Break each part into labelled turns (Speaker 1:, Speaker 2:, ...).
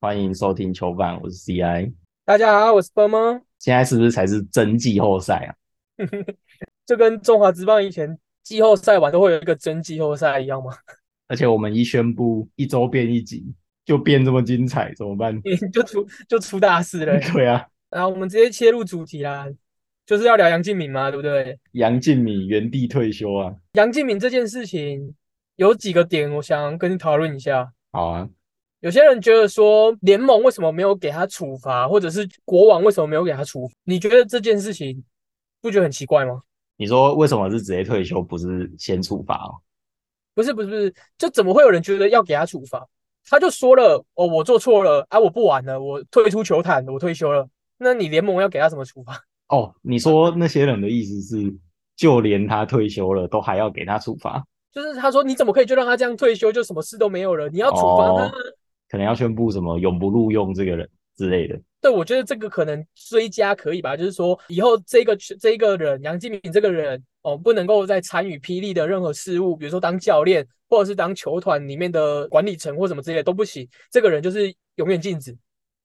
Speaker 1: 欢迎收听球板，我是 CI。
Speaker 2: 大家好，我是邦邦。
Speaker 1: 现在是不是才是真季后赛啊？
Speaker 2: 这跟中华职棒以前季后赛完都会有一个真季后赛一样吗？
Speaker 1: 而且我们一宣布一周变一集，就变这么精彩，怎么办？
Speaker 2: 就出就出大事了欸。
Speaker 1: 对啊，
Speaker 2: 然后我们直接切入主题啦，就是要聊杨敬敏嘛，对不对？
Speaker 1: 杨敬敏原地退休啊！
Speaker 2: 杨敬敏这件事情有几个点，我想跟你讨论一下。
Speaker 1: 好啊，
Speaker 2: 有些人觉得说联盟为什么没有给他处罚，或者是国王为什么没有给他处罚？你觉得这件事情不觉得很奇怪吗？
Speaker 1: 你说为什么是直接退休，不是先处罚哦？
Speaker 2: 不是不是不是，就怎么会有人觉得要给他处罚？他就说了，哦，我做错了啊，我不玩了，我退出球坛，我退休了。那你联盟要给他什么处罚？
Speaker 1: 哦，你说那些人的意思是，就连他退休了，都还要给他处罚，
Speaker 2: 就是他说你怎么可以就让他这样退休，就什么事都没有了？你要处罚他
Speaker 1: 哦可能要宣布什么永不录用这个人之类的。
Speaker 2: 对，我觉得这个可能追加可以吧，就是说以后这个这一个人杨敬敏这个人哦，不能够再参与霹雳的任何事务，比如说当教练或者是当球团里面的管理层或什么之类的都不行，这个人就是永远禁止。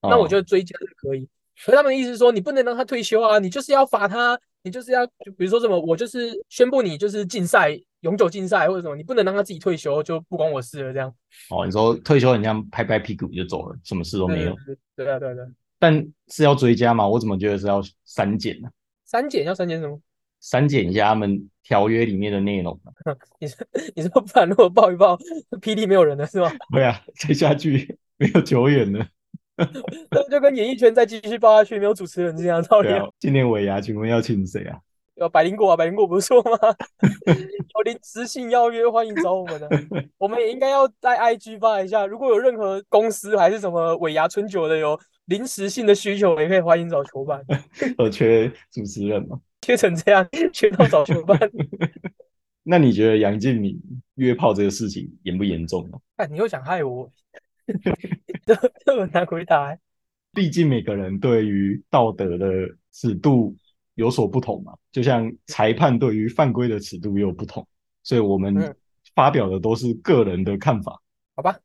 Speaker 2: 那我觉
Speaker 1: 得
Speaker 2: 得追加是可以，可是他们的意思是说你不能让他退休啊，你就是要罚他，你就是要就比如说什么，我就是宣布你就是禁赛，永久禁赛或者什么，你不能让他自己退休，就不关我事了这样。
Speaker 1: 哦，你说退休，人家拍拍屁股就走了，什么事都没有。
Speaker 2: 对对啊对啊对啊，
Speaker 1: 但是要追加吗？我怎么觉得是要删减呢、
Speaker 2: 删减要删减什么？
Speaker 1: 删减一下他们条约里面的内容啊。
Speaker 2: 你说不然如果抱一抱， 霹雳没有人了是吗？
Speaker 1: 对啊，再下去没有久远了。
Speaker 2: 那 就跟演艺圈再继续抱下去，没有主持人这样的道理
Speaker 1: 对
Speaker 2: 啊。
Speaker 1: 啊，今年尾牙，请问要请谁啊？
Speaker 2: 有百灵果啊，百灵果不是说吗？ 有临时性邀约，欢迎找我们的。啊我们也应该要在 IG 发一下，如果有任何公司还是什么尾牙春酒的有临时性的需求，也可以欢迎找球办。
Speaker 1: 我呃缺主持人嘛？
Speaker 2: 切成这样，缺到找球办。
Speaker 1: 那你觉得杨敬敏约炮这个事情严不严重呢？
Speaker 2: 哎，你又想害我， 这这很难回答欸、
Speaker 1: 毕竟每个人对于道德的尺度有所不同嘛，就像裁判对于犯规的尺度也有不同，所以我们
Speaker 2: 嗯
Speaker 1: 发表的都是个人的看法。
Speaker 2: 好吧，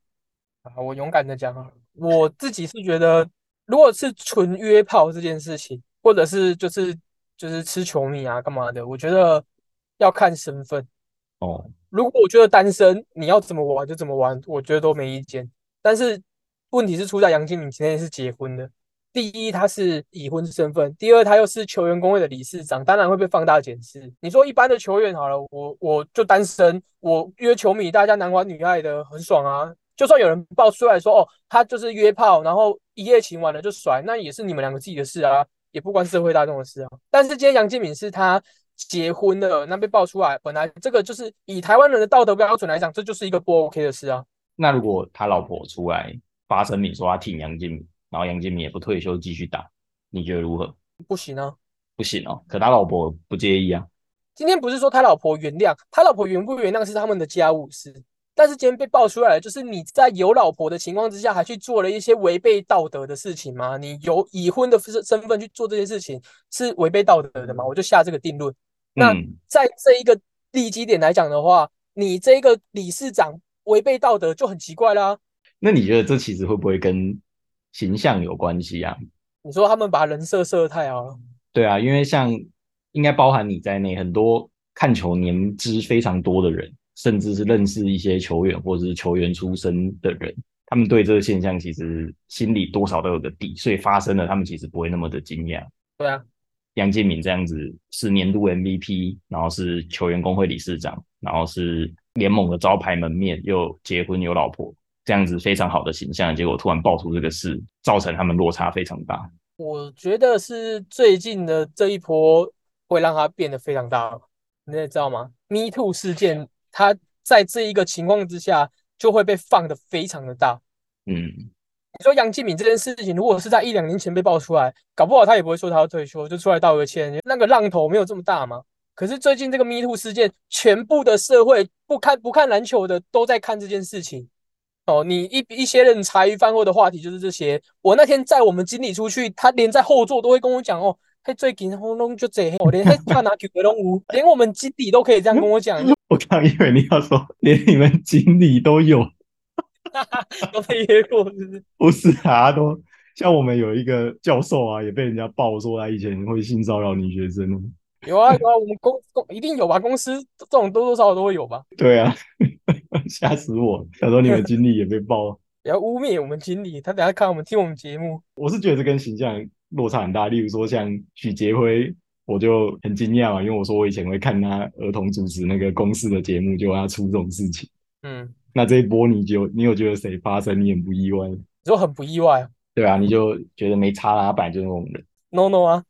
Speaker 2: 啊，我勇敢的讲啊，我自己是觉得，如果是纯约炮这件事情，或者是就是就是吃球迷啊干嘛的，我觉得要看身份。
Speaker 1: 哦，
Speaker 2: 如果我觉得单身，你要怎么玩就怎么玩，我觉得都没意见。但是问题是出在杨敬敏今天是结婚的，第一他是已婚身份，第二他又是球员工会的理事长，当然会被放大检视。你说一般的球员好了，我我就单身，我约球迷，大家男欢女爱的很爽啊。就算有人爆出来说哦，他就是约炮，然后一夜情完了就甩，那也是你们两个自己的事啊，也不关社会大众的事啊。但是今天杨敬敏是他结婚了，那被爆出来，本来这个就是以台湾人的道德标准来讲，这就是一个不 OK 的事啊。
Speaker 1: 那如果他老婆出来发声明说他挺杨敬敏，然后杨敬敏也不退休继续打，你觉得如何？
Speaker 2: 不行啊！
Speaker 1: 不行哦，可他老婆不介意啊。
Speaker 2: 今天不是说他老婆原谅，他老婆原不原谅是他们的家务事。但是今天被爆出来，就是你在有老婆的情况之下，还去做了一些违背道德的事情吗？你有已婚的身身份去做这些事情，是违背道德的吗？我就下这个定论。那
Speaker 1: 嗯、
Speaker 2: 在这一个立基点来讲的话，你这一个理事长违背道德就很奇怪啦。
Speaker 1: 那你觉得这其实会不会跟形象有关系啊？
Speaker 2: 你说他们把人设设得太好了，
Speaker 1: 对啊，因为像应该包含你在内，很多看球年资非常多的人，甚至是认识一些球员或者是球员出身的人，他们对这个现象其实心里多少都有个底，所以发生了，他们其实不会那么的惊讶。
Speaker 2: 对啊，
Speaker 1: 杨建敏这样子是年度 MVP，然后是球员工会理事长，然后是联盟的招牌门面，又结婚有老婆，这样子非常好的形象，结果突然爆出这个事，造成他们落差非常大。
Speaker 2: 我觉得是最近的这一波会让他变得非常大了，你也知道吗？Me Too 事件，它在这一个情况之下就会被放得非常的大。
Speaker 1: 嗯，
Speaker 2: 你说杨敬敏这件事情，如果是在一两年前被爆出来，搞不好他也不会说他要退休，就出来道个歉，那个浪头没有这么大嘛。可是最近这个 Me Too 事件，全部的社会不看不看篮球的都在看这件事情。哦，你一一些人茶余饭后的话题就是这些。我那天载我们经理出去，他连在后座都会跟我讲哦，他最近轰隆就这，我连他看拿球的都无，连我们经理都可以这样跟我讲，
Speaker 1: 我刚以为你要说连你们经理都有，
Speaker 2: 都被约过，是不是？
Speaker 1: 不是啊，都像我们有一个教授啊，也被人家爆说他以前会性骚扰女学生。
Speaker 2: 有啊有啊，我们公公一定有吧？公司这种多多少少都会有吧？
Speaker 1: 对啊， 吓死我了！想说你们经理也被爆，
Speaker 2: 不要污蔑我们经理，他等下看我们听我们节目，
Speaker 1: 我是觉得这跟形象落差很大。例如说像许杰辉，我就很惊讶嘛，因为我说我以前会看他儿童主持那个公司的节目，结果他出这种事情。
Speaker 2: 嗯，
Speaker 1: 那这一波你就你有觉得谁发生，你很不意外，
Speaker 2: 你说很不意外啊
Speaker 1: 对啊，你就觉得没差啦，他本来就是那种人。
Speaker 2: ，no no 啊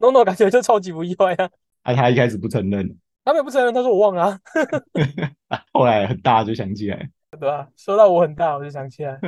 Speaker 2: ，no no 感觉就超级不意外啊。
Speaker 1: 啊，他一开始不承认，
Speaker 2: 他们也不承认，他说我忘了、啊，
Speaker 1: 啊后来很大就想起来。
Speaker 2: 对吧、说到我很大，我就想起来，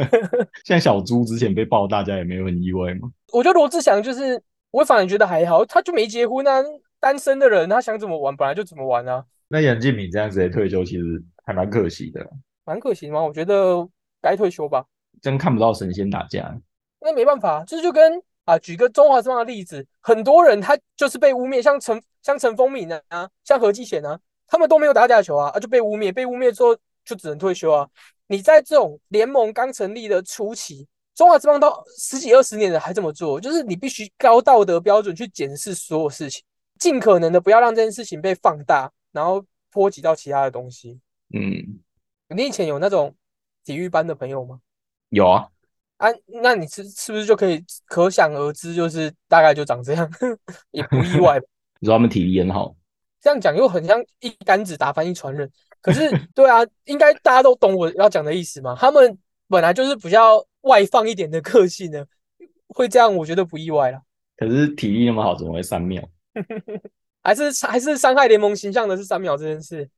Speaker 1: 像小猪之前被爆，大家也没有很意外嘛。
Speaker 2: 我觉得罗志祥就是，我反而觉得还好，他就没结婚啊，单身的人他想怎么玩本来就怎么玩啊，
Speaker 1: 那杨敬敏这样直接退休，其实还蛮可惜的，
Speaker 2: 蛮可惜嘛，我觉得该退休吧。
Speaker 1: 真看不到神仙打架。
Speaker 2: 那没办法，这就跟啊，举个中华之邦的例子，很多人他就是被污蔑，像陈像陈风敏啊，像何继贤啊，他们都没有打假球啊，啊就被污蔑，被污蔑之后就只能退休啊。你在这种联盟刚成立的初期，中华之邦到十几二十年了还这么做，就是你必须高道德标准去检视所有事情，尽可能的不要让这件事情被放大，然后波及到其他的东西。
Speaker 1: 嗯，
Speaker 2: 你以前有那种体育班的朋友吗？
Speaker 1: 有啊，
Speaker 2: 啊，那你是是不是就可以可想而知，就是大概就长这样， 也不意外吧。
Speaker 1: 你说他们体力很好，
Speaker 2: 这样讲又很像一竿子打翻一船人，可是对啊，应该大家都懂我要讲的意思嘛。他们本来就是比较外放一点的个性呢，会这样我觉得不意外啦。
Speaker 1: 可是体力那么好，怎么会三秒？
Speaker 2: 还是还是伤害联盟形象的是三秒这件事，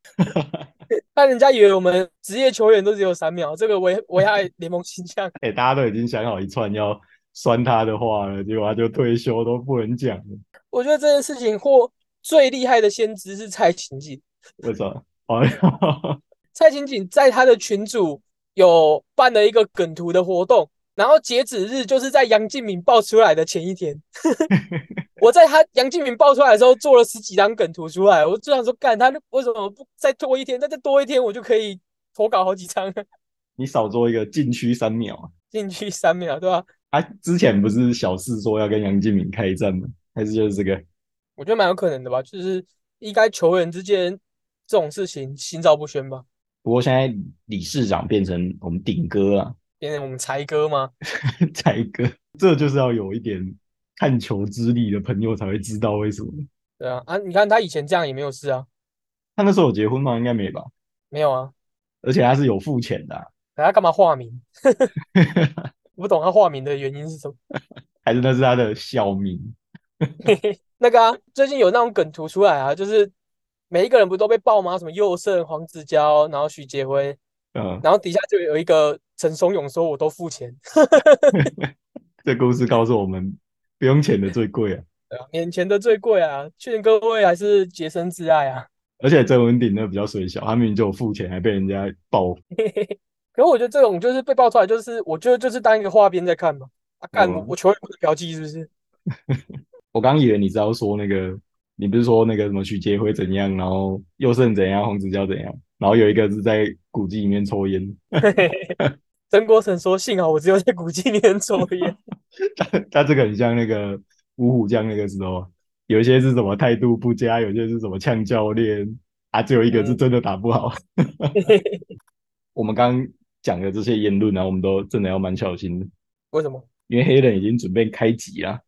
Speaker 2: 但人家以为我们职业球员都只有三秒，这个危危害联盟形象。
Speaker 1: 哎、大家都已经想好一串要酸他的话了，结果他就退休都不能讲了，
Speaker 2: 我觉得这件事情或最厉害的先知是蔡琴记
Speaker 1: 为什么？哦，
Speaker 2: 蔡琴锦在他的群组有办了一个梗图的活动，然后截止日就是在杨敬敏爆出来的前一天。 我在他杨敬敏爆出来的时候做了十几张梗图出来，我就想说，干他为什么不再多一天？那再多一天我就可以投稿好几张，
Speaker 1: 你少做一个禁区三秒啊！
Speaker 2: 进去三秒，对吧？
Speaker 1: 他之前不是小四说要跟杨敬敏开战吗？还是就是这个？
Speaker 2: 我觉得蛮有可能的吧，就是应该球员之间这种事情心照不宣吧，
Speaker 1: 不过现在理事长变成我们顶哥 啊，
Speaker 2: 变成我们才哥吗？
Speaker 1: 才哥，这就是要有一点看球之力的朋友才会知道为什么。
Speaker 2: 对啊，啊，你看他以前这样也没有事啊，
Speaker 1: 他那时候有结婚吗？应该没吧。
Speaker 2: 没有啊，
Speaker 1: 而且他是有付钱的啊、
Speaker 2: 他干嘛 化名？我不懂他化名的原因是什么。
Speaker 1: 还是那是他的小名？
Speaker 2: 那个啊，最近有那种梗图出来啊，就是每一个人不都被爆吗？什么佑胜、黄子佼，然后许杰辉，
Speaker 1: 嗯，
Speaker 2: 然后底下就有一个陈松勇说：“我都付钱。
Speaker 1: 这故事告诉我们，不用钱的最贵啊。”
Speaker 2: 对啊，免钱的最贵啊，劝各位还是洁身自爱啊。
Speaker 1: 而且郑文鼎那比较水小，他明明就有付钱，还被人家爆。
Speaker 2: 可是我觉得这种就是被爆出来，就是我觉得就是当一个花边在看嘛。啊，干我
Speaker 1: 嗯
Speaker 2: 我球员不能嫖妓是不是？
Speaker 1: 我刚以为你知道说那个，你不是说那个什么许杰辉怎样，然后佑胜怎样，黄子佼怎样，然后有一个是在古迹里面抽烟，
Speaker 2: 曾国成说：“幸好我只有在古迹里面抽烟。
Speaker 1: 他他这个很像那个五虎将那个时候，啊有一些是什么态度不佳，有些是什么呛教练啊，只有一个是真的打不好。 我们刚刚讲的这些言论呢、啊，我们都真的要蛮小心的，”
Speaker 2: 为什么
Speaker 1: 因为黑人已经准备开集啦，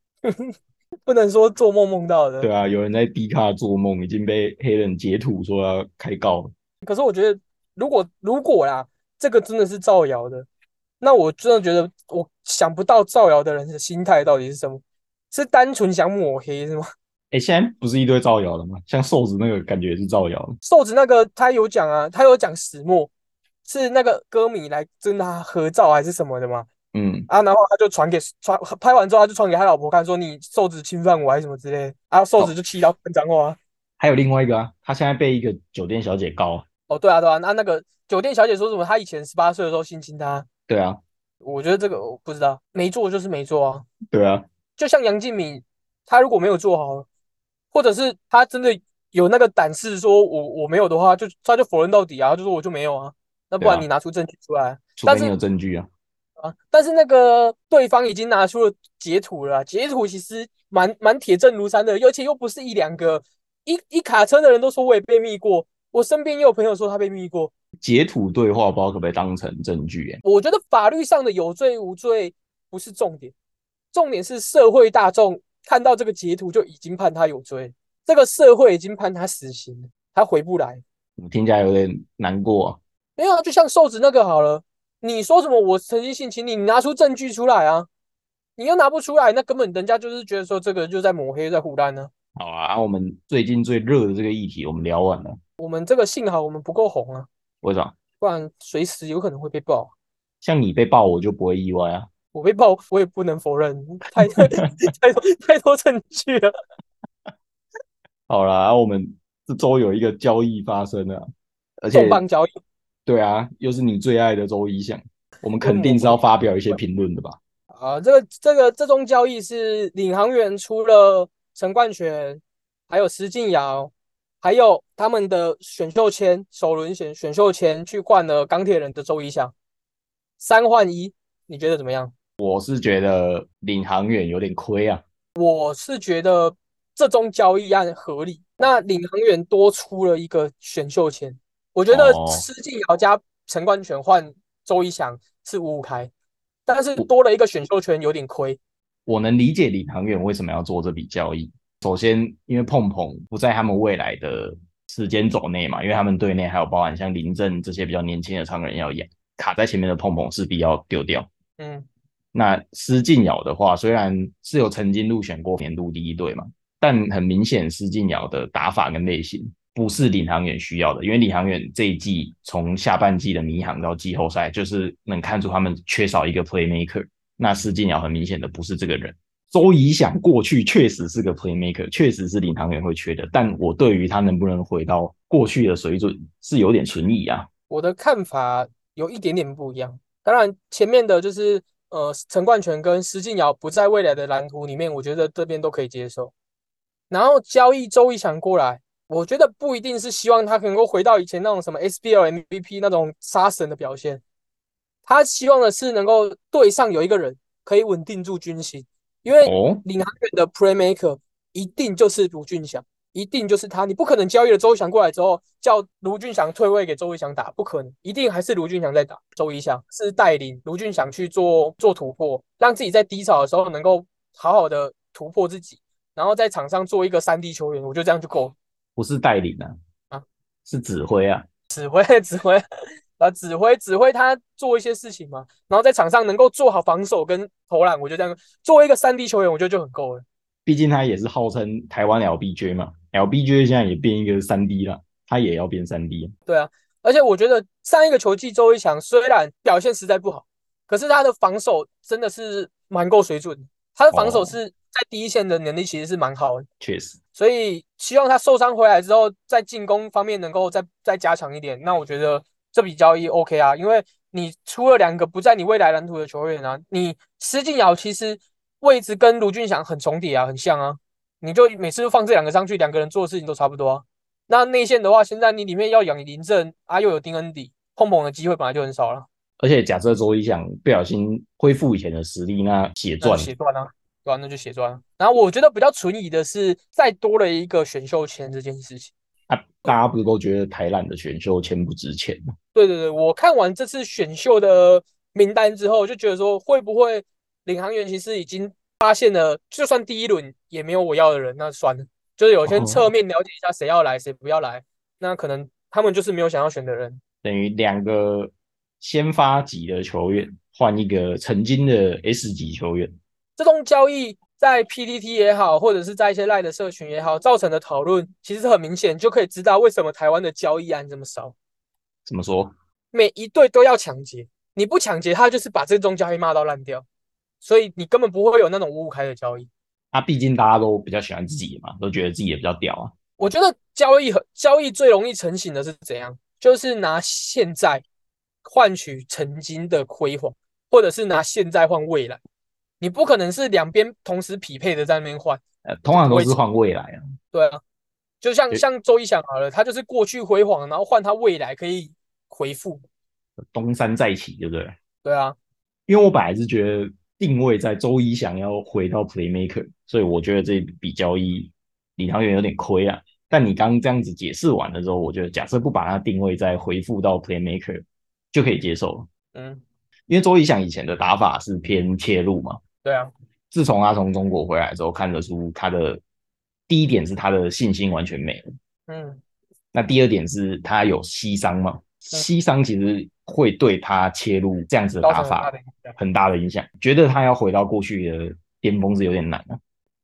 Speaker 2: 不能说做梦梦到的？
Speaker 1: 对啊，有人在低卡做梦，已经被黑人截图说要开告了。
Speaker 2: 可是我觉得，如果如果啦，这个真的是造谣的，那我真的觉得，我想不到造谣的人的心态到底是什么？是单纯想抹黑是吗？
Speaker 1: 哎，现在不是一堆造谣了吗？像瘦子那个感觉也是造谣了，
Speaker 2: 瘦子那个他有讲啊，他有讲始末，是那个歌迷来跟他合照还是什么的嘛？
Speaker 1: 嗯，
Speaker 2: 啊，然后他就传给传拍完之后，他就传给他老婆看，说你瘦子侵犯我还是什么之类的。啊，瘦子就气到喷脏话啊。
Speaker 1: 还有另外一个啊，他现在被一个酒店小姐告，
Speaker 2: 哦，对啊，对啊，那那个酒店小姐说什么？她以前十八岁的时候性侵他，
Speaker 1: 对啊，
Speaker 2: 我觉得这个我不知道，没做就是没做啊。
Speaker 1: 对啊，
Speaker 2: 就像杨敬敏，他如果没有做好，或者是他真的有那个胆识说我我没有的话，就他就否认到底啊，就说我就没有啊，那不然
Speaker 1: 对啊
Speaker 2: 你拿出证据出来啊
Speaker 1: 除
Speaker 2: 但
Speaker 1: 非你
Speaker 2: 是
Speaker 1: 有证据啊。
Speaker 2: 啊！但是那个对方已经拿出了截图了啊，截图其实蛮蛮铁证如山的，而且又不是一两个，一一卡车的人都说我也被密过，我身边也有朋友说他被密过，
Speaker 1: 截图对话不知道可不可以当成证据、欸？
Speaker 2: 我觉得法律上的有罪无罪不是重点，重点是社会大众看到这个截图就已经判他有罪，这个社会已经判他死刑了，他回不来。
Speaker 1: 我听起来有点难过、啊。
Speaker 2: 没有啊，就像瘦子那个好了，你说什么我曾经性侵你，你拿出证据出来啊，你又拿不出来，那根本人家就是觉得说这个人就在抹黑，在胡乱呢、
Speaker 1: 好啊，啊我们最近最热的这个议题我们聊完了，
Speaker 2: 我们这个幸好我们不够红啊，
Speaker 1: 我长，
Speaker 2: 不然随时有可能会被爆。啊
Speaker 1: 像你被爆我就不会意外啊。
Speaker 2: 我被爆，我也不能否认，太 太多太多证据了。
Speaker 1: 好啦，啊我们这周有一个交易发生了啊，而且
Speaker 2: 重磅交易，
Speaker 1: 对啊，又是你最爱的周一翔，我们肯定是要发表一些评论的吧？
Speaker 2: 啊，这个这个这宗交易是领航员出了陈冠泉，还有施晋尧，还有他们的选秀签首轮选选秀签去换了钢铁人的周一翔，三换一，你觉得怎么样？
Speaker 1: 我是觉得领航员有点亏啊，
Speaker 2: 我是觉得这宗交易案合理。那领航员多出了一个选秀签，我觉得
Speaker 1: 哦
Speaker 2: 施晋尧加陈冠泉换周一翔是五五开，但是多了一个选秀权有点亏。
Speaker 1: 我能理解领航员为什么要做这笔交易。首先，因为碰碰不在他们未来的时间轴内嘛，因为他们队内还有包含像林振这些比较年轻的常人要养，卡在前面的碰碰势必要丢掉。
Speaker 2: 嗯，
Speaker 1: 那施晋尧的话，虽然是有曾经入选过年度第一队嘛，但很明显施晋尧的打法跟类型不是领航员需要的，因为领航员这一季从下半季的迷航到季后赛，就是能看出他们缺少一个 playmaker。那施晋尧很明显的不是这个人。周怡翔过去确实是个 playmaker，确实是领航员会缺的，但我对于他能不能回到过去的水准是有点存疑啊。
Speaker 2: 我的看法有一点点不一样。当然，前面的就是呃，陈冠泉跟施晋尧不在未来的蓝图里面，我觉得这边都可以接受。然后交易周一翔过来，我觉得不一定是希望他能够回到以前那种什么 SBL MVP 那种杀神的表现，他希望的是能够队上有一个人可以稳定住军心，因为
Speaker 1: 哦，
Speaker 2: 领航员的 playmaker 一定就是卢俊祥，一定就是他。你不可能交易了周怡翔过来之后，叫卢俊祥退位给周怡翔打，不可能，一定还是卢俊祥在打。周怡翔是带领卢俊祥去做做突破，让自己在低潮的时候能够好好的突破自己，然后在场上做一个三 D 球员，我觉得这样就够了。
Speaker 1: 不是带领啊，
Speaker 2: 啊
Speaker 1: 是指挥啊。
Speaker 2: 指挥指挥 啊，指挥指挥他做一些事情嘛，然后在场上能够做好防守跟投篮，我觉得这样作为一个三 D 球员，我觉得就很够了。
Speaker 1: 毕竟他也是号称台湾 LBJ 嘛，LBJ 现在也变一个三 D 了，他也要变三 D。
Speaker 2: 而且我觉得上一个球季周一翔虽然表现实在不好，可是他的防守真的是蛮够水准的，他的防守
Speaker 1: 哦
Speaker 2: 是在第一线的能力其实是蛮好的，
Speaker 1: 确实，
Speaker 2: 所以希望他受伤回来之后，在进攻方面能够再再加强一点。那我觉得这笔交易 OK 啊，因为你出了两个不在你未来蓝图的球员啊，你施晋尧其实位置跟卢俊祥很重叠啊，很像啊，你就每次就放这两个上去，两个人做的事情都差不多啊。那内线的话，现在你里面要养林振啊，又有丁恩迪，碰碰的机会本来就很少了，
Speaker 1: 而且假设周一翔不小心恢复以前的实力，那血
Speaker 2: 那就
Speaker 1: 赚
Speaker 2: 血赚啊，对啊，那就血赚啊。然后我觉得比较存疑的是，再多了一个选秀签这件事情。
Speaker 1: 啊！大家不是都觉得台篮的选秀签不值钱吗？
Speaker 2: 对对对，我看完这次选秀的名单之后，就觉得说会不会领航员其实已经发现了，就算第一轮也没有我要的人，那算了，就是有先侧面了解一下谁要来，谁不要来，那可能他们就是没有想要选的人。
Speaker 1: 等于两个先发级的球员换一个曾经的 S 级球员，
Speaker 2: 这宗交易在 PTT 也好，或者是在一些赖的社群也好，造成的讨论其实很明显，就可以知道为什么台湾的交易案这么少，
Speaker 1: 怎么说？
Speaker 2: 每一队都要抢劫，你不抢劫，他就是把这宗交易骂到烂掉，所以你根本不会有那种五五开的交易。
Speaker 1: 啊，毕竟大家都比较喜欢自己嘛，都觉得自己也比较屌啊。
Speaker 2: 我觉得交易和交易最容易成型的是怎样？就是拿现在换取曾经的辉煌，或者是拿现在换未来。你不可能是两边同时匹配的在那边换，
Speaker 1: 呃，通常都
Speaker 2: 位
Speaker 1: 是
Speaker 2: 置
Speaker 1: 换未来啊。
Speaker 2: 对啊。就像
Speaker 1: 对
Speaker 2: 像周一翔好了，他就是过去辉煌，然后换他未来可以回复，
Speaker 1: 东山再起，对不对？
Speaker 2: 对啊，
Speaker 1: 因为我本来是觉得定位在周一想要回到 playmaker，所以我觉得这笔交易李唐元有点亏啊。但你刚刚这样子解释完了之后，我觉得假设不把它定位再回复到 playmaker 就可以接受了，
Speaker 2: 嗯，
Speaker 1: 因为周一想以前的打法是偏切入嘛，
Speaker 2: 对啊，
Speaker 1: 自从他从中国回来之后，看得出他的第一点是他的信心完全没了，
Speaker 2: 嗯
Speaker 1: 那第二点是他有膝伤嘛，膝伤其实会对他切入这样子的打
Speaker 2: 造成很大
Speaker 1: 法
Speaker 2: 的影响。
Speaker 1: 很大的影响，觉得他要回到过去的巅峰是有点难的、啊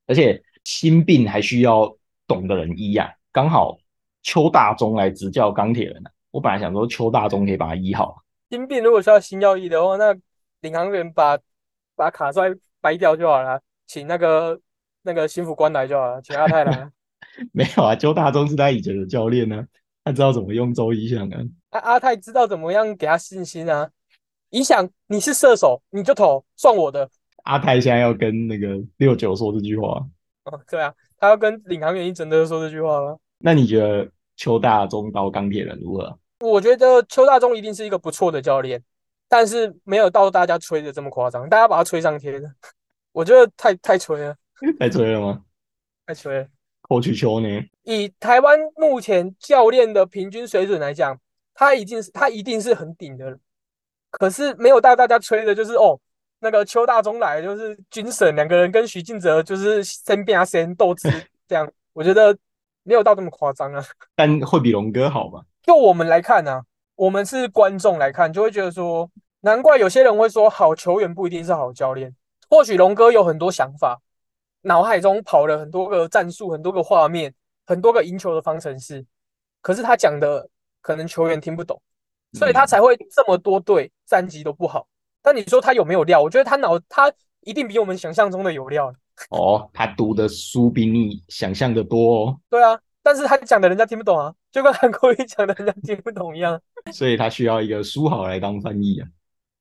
Speaker 1: 而且心病还需要懂的人医啊，刚好邱大中来执教钢铁人啊、我本来想说邱大中可以把他医好，
Speaker 2: 心病如果需要新药医的话，那领航员把把卡帅掰掉就好了，啊请那个那个心腹官来就好了，请阿泰来啊。
Speaker 1: 没有啊，邱大中是他以前的教练呢、他知道怎么用周一翔啊。
Speaker 2: 阿阿泰知道怎么样给他信心啊。你想，你是射手，你就投，算我的。
Speaker 1: 阿泰现在要跟那个六九说这句话，
Speaker 2: 哦，对啊，他要跟领航员一整都说这句话了。
Speaker 1: 那你觉得邱大中到钢铁人如何？啊
Speaker 2: 我觉得邱大中一定是一个不错的教练，但是没有到大家吹的这么夸张，大家把他吹上天了， 我觉得太太吹了，
Speaker 1: 太吹了吗？
Speaker 2: 太吹了。
Speaker 1: 扣去球呢？
Speaker 2: 以台湾目前教练的平均水准来讲，他已经是他一定是很顶的了，可是没有到大家吹的，就是哦，那个邱大中来就是军神两个人跟徐静哲就是身边啊先斗智这样，我觉得没有到这么夸张啊。
Speaker 1: 但会比龙哥好吗？
Speaker 2: 就我们来看呢、啊，我们是观众来看，就会觉得说，难怪有些人会说，好球员不一定是好教练。或许龙哥有很多想法，脑海中跑了很多个战术、很多个画面、很多个赢球的方程式，可是他讲的可能球员听不懂，所以
Speaker 1: 嗯
Speaker 2: 他才会这么多队战绩都不好。但你说他有没有料？我觉得他脑他一定比我们想象中的有料。
Speaker 1: 哦，他读的书比你想象的多哦，
Speaker 2: 对啊，但是他讲的人家听不懂啊，就跟韩国瑜讲的人家听不懂一样。
Speaker 1: 所以他需要一个书豪来当翻译啊。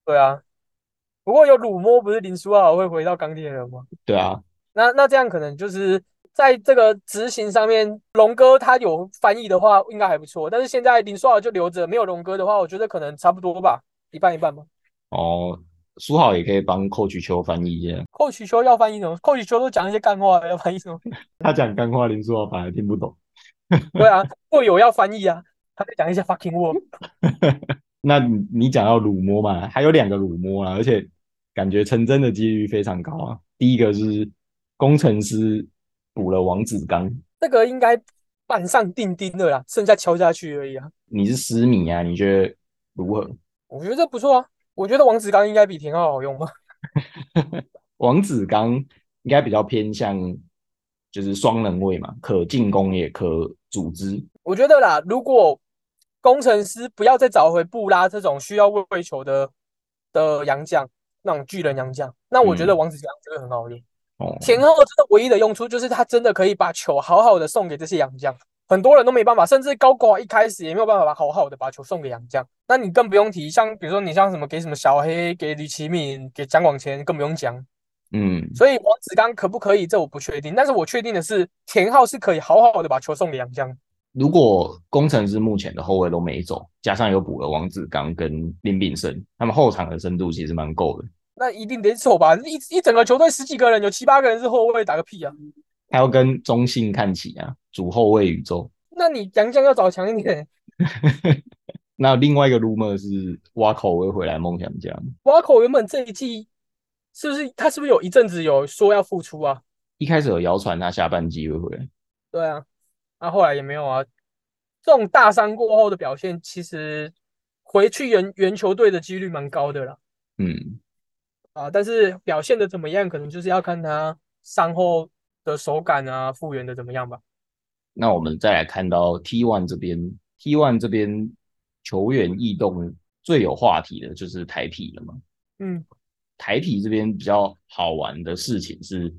Speaker 2: 对啊，不过有辱没，不是林书豪会回到钢铁人吗？
Speaker 1: 对啊，
Speaker 2: 那那这样可能就是在这个执行上面，龙哥他有翻译的话，应该还不错。但是现在林书豪就留着，没有龙哥的话，我觉得可能差不多吧，一半一半吧。
Speaker 1: 哦，书豪也可以帮扣去球翻译一下。
Speaker 2: 寇许秋要翻译什么？寇许秋都讲一些干话，要翻译什么？
Speaker 1: 他讲干话，林书豪反而听不懂。
Speaker 2: 对啊，队友要翻译啊，他在讲一些 fucking word。
Speaker 1: 那你你讲到乳摸嘛，还有两个乳摸啊，而且感觉成真的几率非常高啊。第一个是工程师补了王子刚，
Speaker 2: 这个应该板上钉钉的啦，剩下敲下去而已啊。
Speaker 1: 你是十米啊，你觉得如何？
Speaker 2: 我觉得这不错啊，我觉得王子刚应该比田浩好用吧。
Speaker 1: 王子刚应该比较偏向就是双能位嘛，可进攻也可组织。
Speaker 2: 我觉得啦，如果工程师不要再找回布拉这种需要喂球的的洋将，那种巨人洋将，那我觉得
Speaker 1: 嗯
Speaker 2: 王子强真的很好用。
Speaker 1: 哦，
Speaker 2: 前后这个唯一的用处就是他真的可以把球好好的送给这些洋将，很多人都没办法，甚至高国华一开始也没有办法把好好的把球送给洋将。那你更不用提，像比如说你像什么给什么小黑、给吕其敏、给蒋广前，更不用讲。
Speaker 1: 嗯，
Speaker 2: 所以王子刚可不可以，这我不确定，但是我确定的是田浩是可以好好的把球送给洋将。
Speaker 1: 如果工程师目前的后卫都没走，加上有补了王子刚跟林炳生，他们后场的深度其实蛮够的。
Speaker 2: 那一定得走吧？一一整个球队十几个人，有七八个人是后卫，打个屁啊！
Speaker 1: 还要跟中信看齐啊，主后卫宇宙。
Speaker 2: 那你杨将要找强一点，
Speaker 1: 那另外一个 rumor 是挖口会回来梦想家，
Speaker 2: 挖口原本这一季是不是他是不是有一阵子有说要复出啊？
Speaker 1: 一开始有谣传他下半季会回来，
Speaker 2: 对啊，那、后来也没有啊。这种大伤过后的表现，其实回去原原球队的几率蛮高的啦
Speaker 1: 嗯，
Speaker 2: 啊，但是表现的怎么样，可能就是要看他伤后的手感啊，复原的怎么样吧。
Speaker 1: 那我们再来看到 T One 这边，T One 这边球员异动最有话题的就是台皮了嘛，
Speaker 2: 嗯，
Speaker 1: 台皮这边比较好玩的事情是，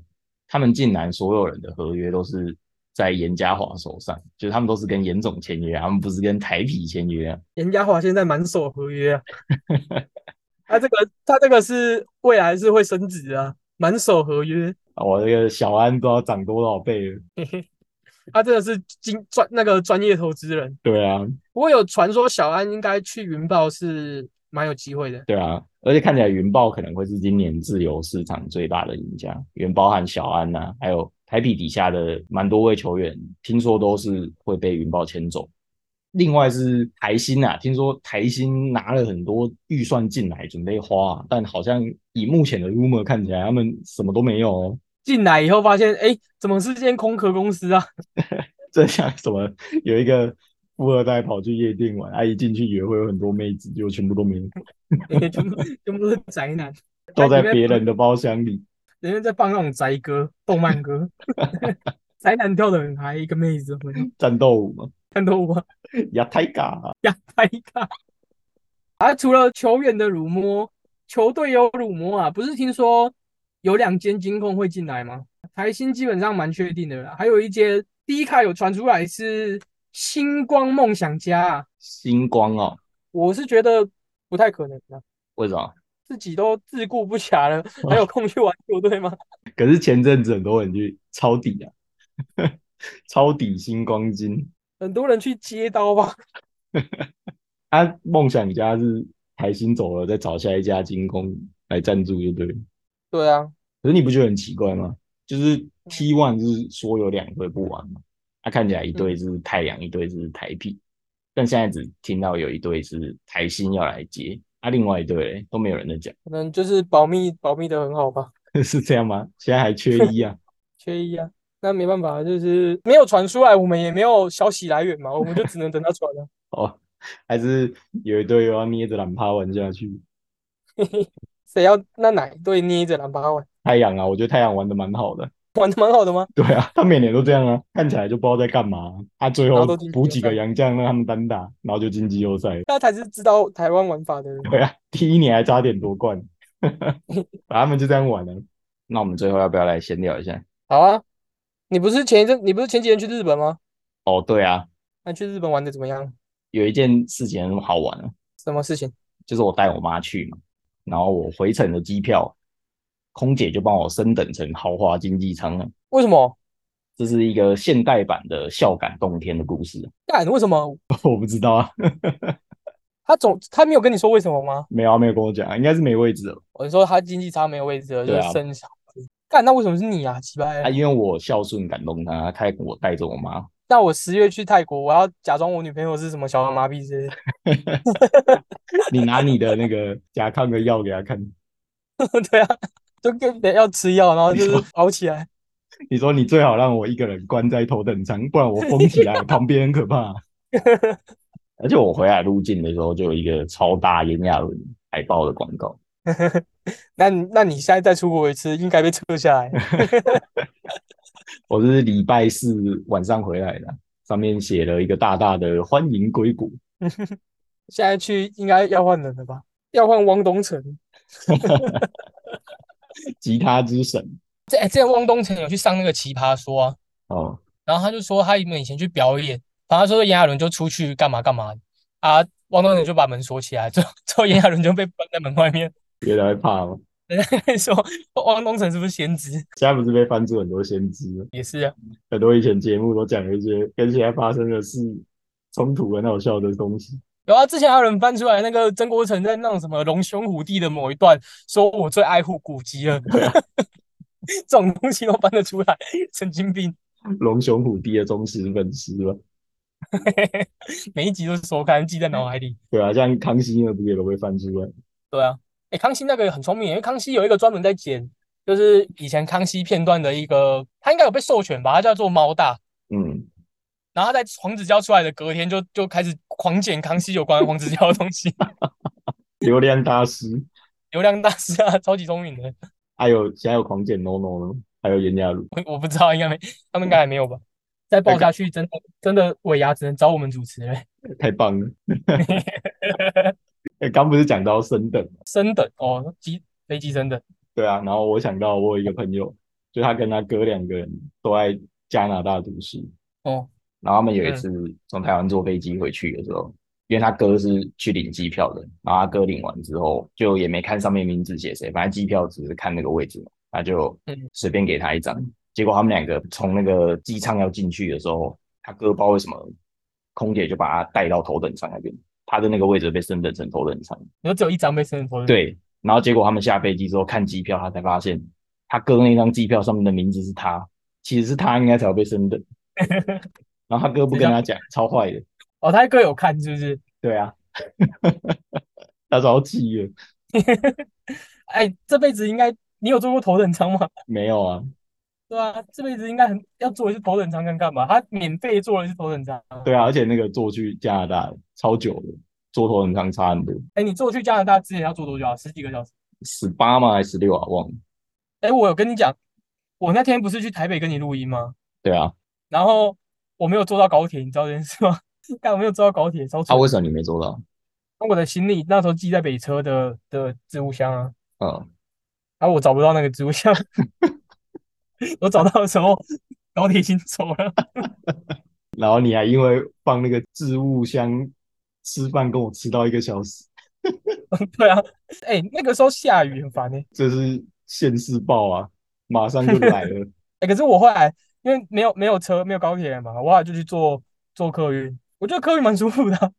Speaker 1: 他们竟然所有人的合约都是在严家华手上，就是他们都是跟严总签约啊，他们不是跟台皮签约啊，
Speaker 2: 严家华现在满手合约啊，他这个他这个是未来是会升值啊，满手合约，
Speaker 1: 啊我这个小安不知道涨多少倍了，
Speaker 2: 他真的是经专那个专业投资人。
Speaker 1: 对啊，
Speaker 2: 不过有传说小安应该去云豹是蛮有机会的。
Speaker 1: 对啊，而且看起来云豹可能会是今年自由市场最大的赢家，原包含小安呐、还有台比底下的蛮多位球员，听说都是会被云豹签走。另外是台新啊，听说台新拿了很多预算进来准备花、啊但好像以目前的 rumor 看起来，他们什么都没有哦。
Speaker 2: 进来以后发现，哎，怎么是间空壳公司啊？
Speaker 1: 这像什么有一个富二代跑去夜店玩，啊，一进去以为会有很多妹子，结果全部都没有，
Speaker 2: 全部全部都是宅男，
Speaker 1: 都在
Speaker 2: 里面
Speaker 1: 别人的包厢里。
Speaker 2: 人家在放那种宅歌、动漫歌， 宅男跳的很嗨，一个妹子回头
Speaker 1: 战斗舞嘛，
Speaker 2: 看到我
Speaker 1: 亚太嘎，
Speaker 2: 呀，拍一看。啊，除了球员的辱没，球队有辱没啊，不是听说有两间金控会进来吗？台新基本上蛮确定的啦，还有一间第一卡有传出来是星光梦想家、啊，
Speaker 1: 星光哦，
Speaker 2: 我是觉得不太可能啊，
Speaker 1: 为什么？
Speaker 2: 自己都自顾不暇 了，还有空去玩球队吗？
Speaker 1: 可是前阵子很多人去抄底啊， 抄底星光金
Speaker 2: 很多人去接刀吧，
Speaker 1: 啊，梦想家是台新走了，再找下一家金工来赞助就对了。
Speaker 2: 对啊，
Speaker 1: 可是你不觉得很奇怪吗？就是 T one 就是说有两队不玩嘛，他、看起来一队是太阳，一队是台啤，但现在只听到有一队是台新要来接，啊，另外一队嘞都没有人在讲，
Speaker 2: 可能就是保密保密的很好吧。
Speaker 1: 是这样吗？现在还缺一啊，
Speaker 2: 缺一啊。那没办法，就是没有传出来，我们也没有消息来源嘛，我们就只能等他传了、
Speaker 1: 哦，还是有一队又要捏着懒趴玩下去。
Speaker 2: 谁要那哪一队捏着篮巴玩，
Speaker 1: 太阳啊，我觉得太阳玩的蛮好的，
Speaker 2: 玩的蛮好的吗？
Speaker 1: 对啊，他每年都这样啊，看起来就不知道在干嘛，他、啊、最
Speaker 2: 然
Speaker 1: 后
Speaker 2: 后都进季
Speaker 1: 补
Speaker 2: 后
Speaker 1: 几个
Speaker 2: 赛
Speaker 1: 洋将让他们单打，然后就进季后赛。
Speaker 2: 他才是知道台湾玩法的人。
Speaker 1: 对啊，第一年还差点夺冠，他们就这样玩了。 那我们最后要不要来闲聊一下？
Speaker 2: 好啊，你不是前一阵，你不是前几天去日本吗？
Speaker 1: 哦，对啊，
Speaker 2: 那去日本玩的怎么样？
Speaker 1: 有一件事情很好玩啊，
Speaker 2: 什么事情？
Speaker 1: 就是我带我妈去嘛，然后我回程的机票，空姐就帮我升等成豪华经济舱啊了。
Speaker 2: 为什么？
Speaker 1: 这是一个现代版的孝感动天的故事，
Speaker 2: 干？为什么？
Speaker 1: 我不知道啊，
Speaker 2: 他总他没有跟你说为什么吗？
Speaker 1: 没有啊，没有跟我讲啊，应该是没位置了吧。
Speaker 2: 我说他经济舱没有位置了，就
Speaker 1: 对啊
Speaker 2: 是生小孩。干，那为什么是你啊？奇怪
Speaker 1: 啊，，因为我孝顺感动他，他还我带着我妈，
Speaker 2: 那我十月去泰国，我要假装我女朋友是什么小儿麻痹之类的。
Speaker 1: 你拿你的那个甲亢的药给他看，
Speaker 2: 对啊，就跟别人要吃药，然后就
Speaker 1: 你
Speaker 2: 是
Speaker 1: 说
Speaker 2: 熬起来。
Speaker 1: 你说你最好让我一个人关在头等舱，不然我疯起来，旁边很可怕。啊而且我回来入境的时候，就有一个超大炎亚纶海报的广告，
Speaker 2: 那你那你现在再出国一次，应该被撤下来。
Speaker 1: 我是礼拜四晚上回来的，上面写了一个大大的“欢迎归国
Speaker 2: 现在去应该要换人了吧？要换汪东城。
Speaker 1: 吉他之神
Speaker 2: 这哎，之前汪东城有去上那个奇葩说啊，”
Speaker 1: 哦，
Speaker 2: 然后他就说他们以前去表演，然后他说炎亚纶就出去干嘛干嘛啊，汪东城就把门锁起来，之后之后炎亚纶就被关在门外面。
Speaker 1: 原来怕哦吗？
Speaker 2: 人家跟你说汪东城是不是先知？
Speaker 1: 现在不是被翻出很多先知吗，
Speaker 2: 也是啊，
Speaker 1: 很多以前节目都讲一些跟现在发生的事冲突很好笑的东西。
Speaker 2: 有啊，之前还有人翻出来那个曾国成在那种什么龙兄虎弟的某一段，说我最爱护古籍了， 这种东西都翻得出来，神经病，
Speaker 1: 龙兄虎弟的忠实粉丝吧？
Speaker 2: 每一集都是收看，记在脑海里。
Speaker 1: 对啊，像康熙那不是也都被翻出来？
Speaker 2: 对啊，哎，康熙那个很聪明，因为康熙有一个专门在剪，就是以前康熙片段的一个，他应该有被授权吧，他叫做猫大。
Speaker 1: 嗯，
Speaker 2: 然后他在黄子佼出来的隔天就就开始狂剪康熙有关黄子佼的东西，
Speaker 1: 流量大师，
Speaker 2: 流量大师啊，超级聪明的。
Speaker 1: 还有现在有狂剪 NONO 了，还有炎亚纶，
Speaker 2: 我我不知道，应该没，他们应该还没有吧？再爆下去，真的真的尾牙只能找我们主持人
Speaker 1: 太棒了！哎，刚不是讲到升等嘛？
Speaker 2: 升等哦，机飞机升等，
Speaker 1: 对啊，然后我想到我有一个朋友，就他跟他哥两个人都在加拿大读书，
Speaker 2: 哦，
Speaker 1: 然后他们有一次从台湾坐飞机回去的时候，因为他哥是去领机票的，然后他哥领完之后就也没看上面名字写谁，反正机票只是看那个位置嘛，他就
Speaker 2: 嗯
Speaker 1: 随便给他一张。结果他们两个从那个机舱要进去的时候，他哥不知道为什么，空姐就把他带到头等舱那边，他的那个位置被升等成头等舱。
Speaker 2: 你说只有一张被升头，，
Speaker 1: 对，然后结果他们下飞机之后看机票，他才发现他哥那张机票上面的名字是他，其实是他应该才会被升等。然后他哥不跟他讲，超坏的。
Speaker 2: 哦，他哥有看是不是？
Speaker 1: 对啊， 他超气了。
Speaker 2: 哎，这辈子应该你有做过头等舱吗？
Speaker 1: 没有啊，
Speaker 2: 对啊，这辈子应该很要做一次头等舱，看干嘛？他免费做了一次头等舱。
Speaker 1: 对啊，而且那个坐去加拿大超久的，坐头等舱差很多，
Speaker 2: 哎，你坐去加拿大之前要坐多久啊？十几个小时。
Speaker 1: 十八吗还是十六啊？忘了。
Speaker 2: 哎，我有跟你讲，我那天不是去台北跟你录音吗？
Speaker 1: 对啊，
Speaker 2: 然后我没有坐到高铁，你知道这件事吗？ 但我没有坐到高铁，超
Speaker 1: 他、
Speaker 2: 蠢。
Speaker 1: 为什么你没做到？
Speaker 2: 我的行李那时候寄在北车的的置物箱啊，
Speaker 1: 嗯，
Speaker 2: 然后我找不到那个置物箱，我找到的时候高铁已经走了。
Speaker 1: 然后你还因为放那个置物箱吃饭，跟我吃到一个小时，
Speaker 2: 对啊，哎，那个时候下雨很烦呢、
Speaker 1: 这是现世报啊，马上就来了。
Speaker 2: 哎、可是我后来因为没有没有车，没有高铁了嘛，我后来就去坐坐客运。我觉得客运蛮舒服的啊、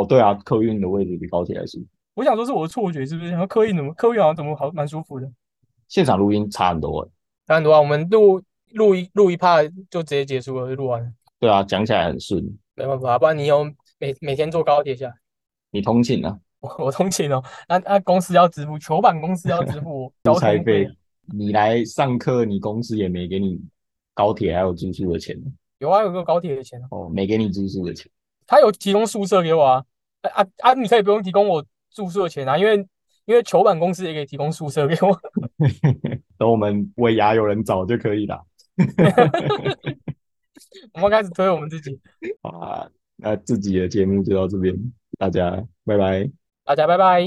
Speaker 1: 哦，对啊，客运的位置比高铁还舒服，
Speaker 2: 我想说是我的错觉，是不是？然后客运怎么客运好像怎么好蛮舒服的。
Speaker 1: 现场录音差很多欸。
Speaker 2: 当然的话，我们录录一录一趴就直接结束了，就录完了，
Speaker 1: 对啊，讲起来很顺。
Speaker 2: 没办法，不然你有每每天坐高铁下来，
Speaker 1: 你通勤啊，
Speaker 2: 我我通勤哦，那、那、公司要支付，球板公司要支付我
Speaker 1: 出
Speaker 2: 交
Speaker 1: 差
Speaker 2: 通
Speaker 1: 费
Speaker 2: 费。，
Speaker 1: 你来上课，你公司也没给你高铁还有住宿的钱
Speaker 2: 有啊，有个高铁的钱啊，
Speaker 1: 哦，没给你住宿的钱。
Speaker 2: 他有提供宿舍给我啊，啊啊啊！你可以不用提供我住宿的钱啊，因为因为球板公司也可以提供宿舍给我。
Speaker 1: 等我们尾牙有人找就可以了。
Speaker 2: 我们开始推我们自己，
Speaker 1: 好啊，那自己的节目就到这边，大家拜拜。
Speaker 2: 大家拜拜。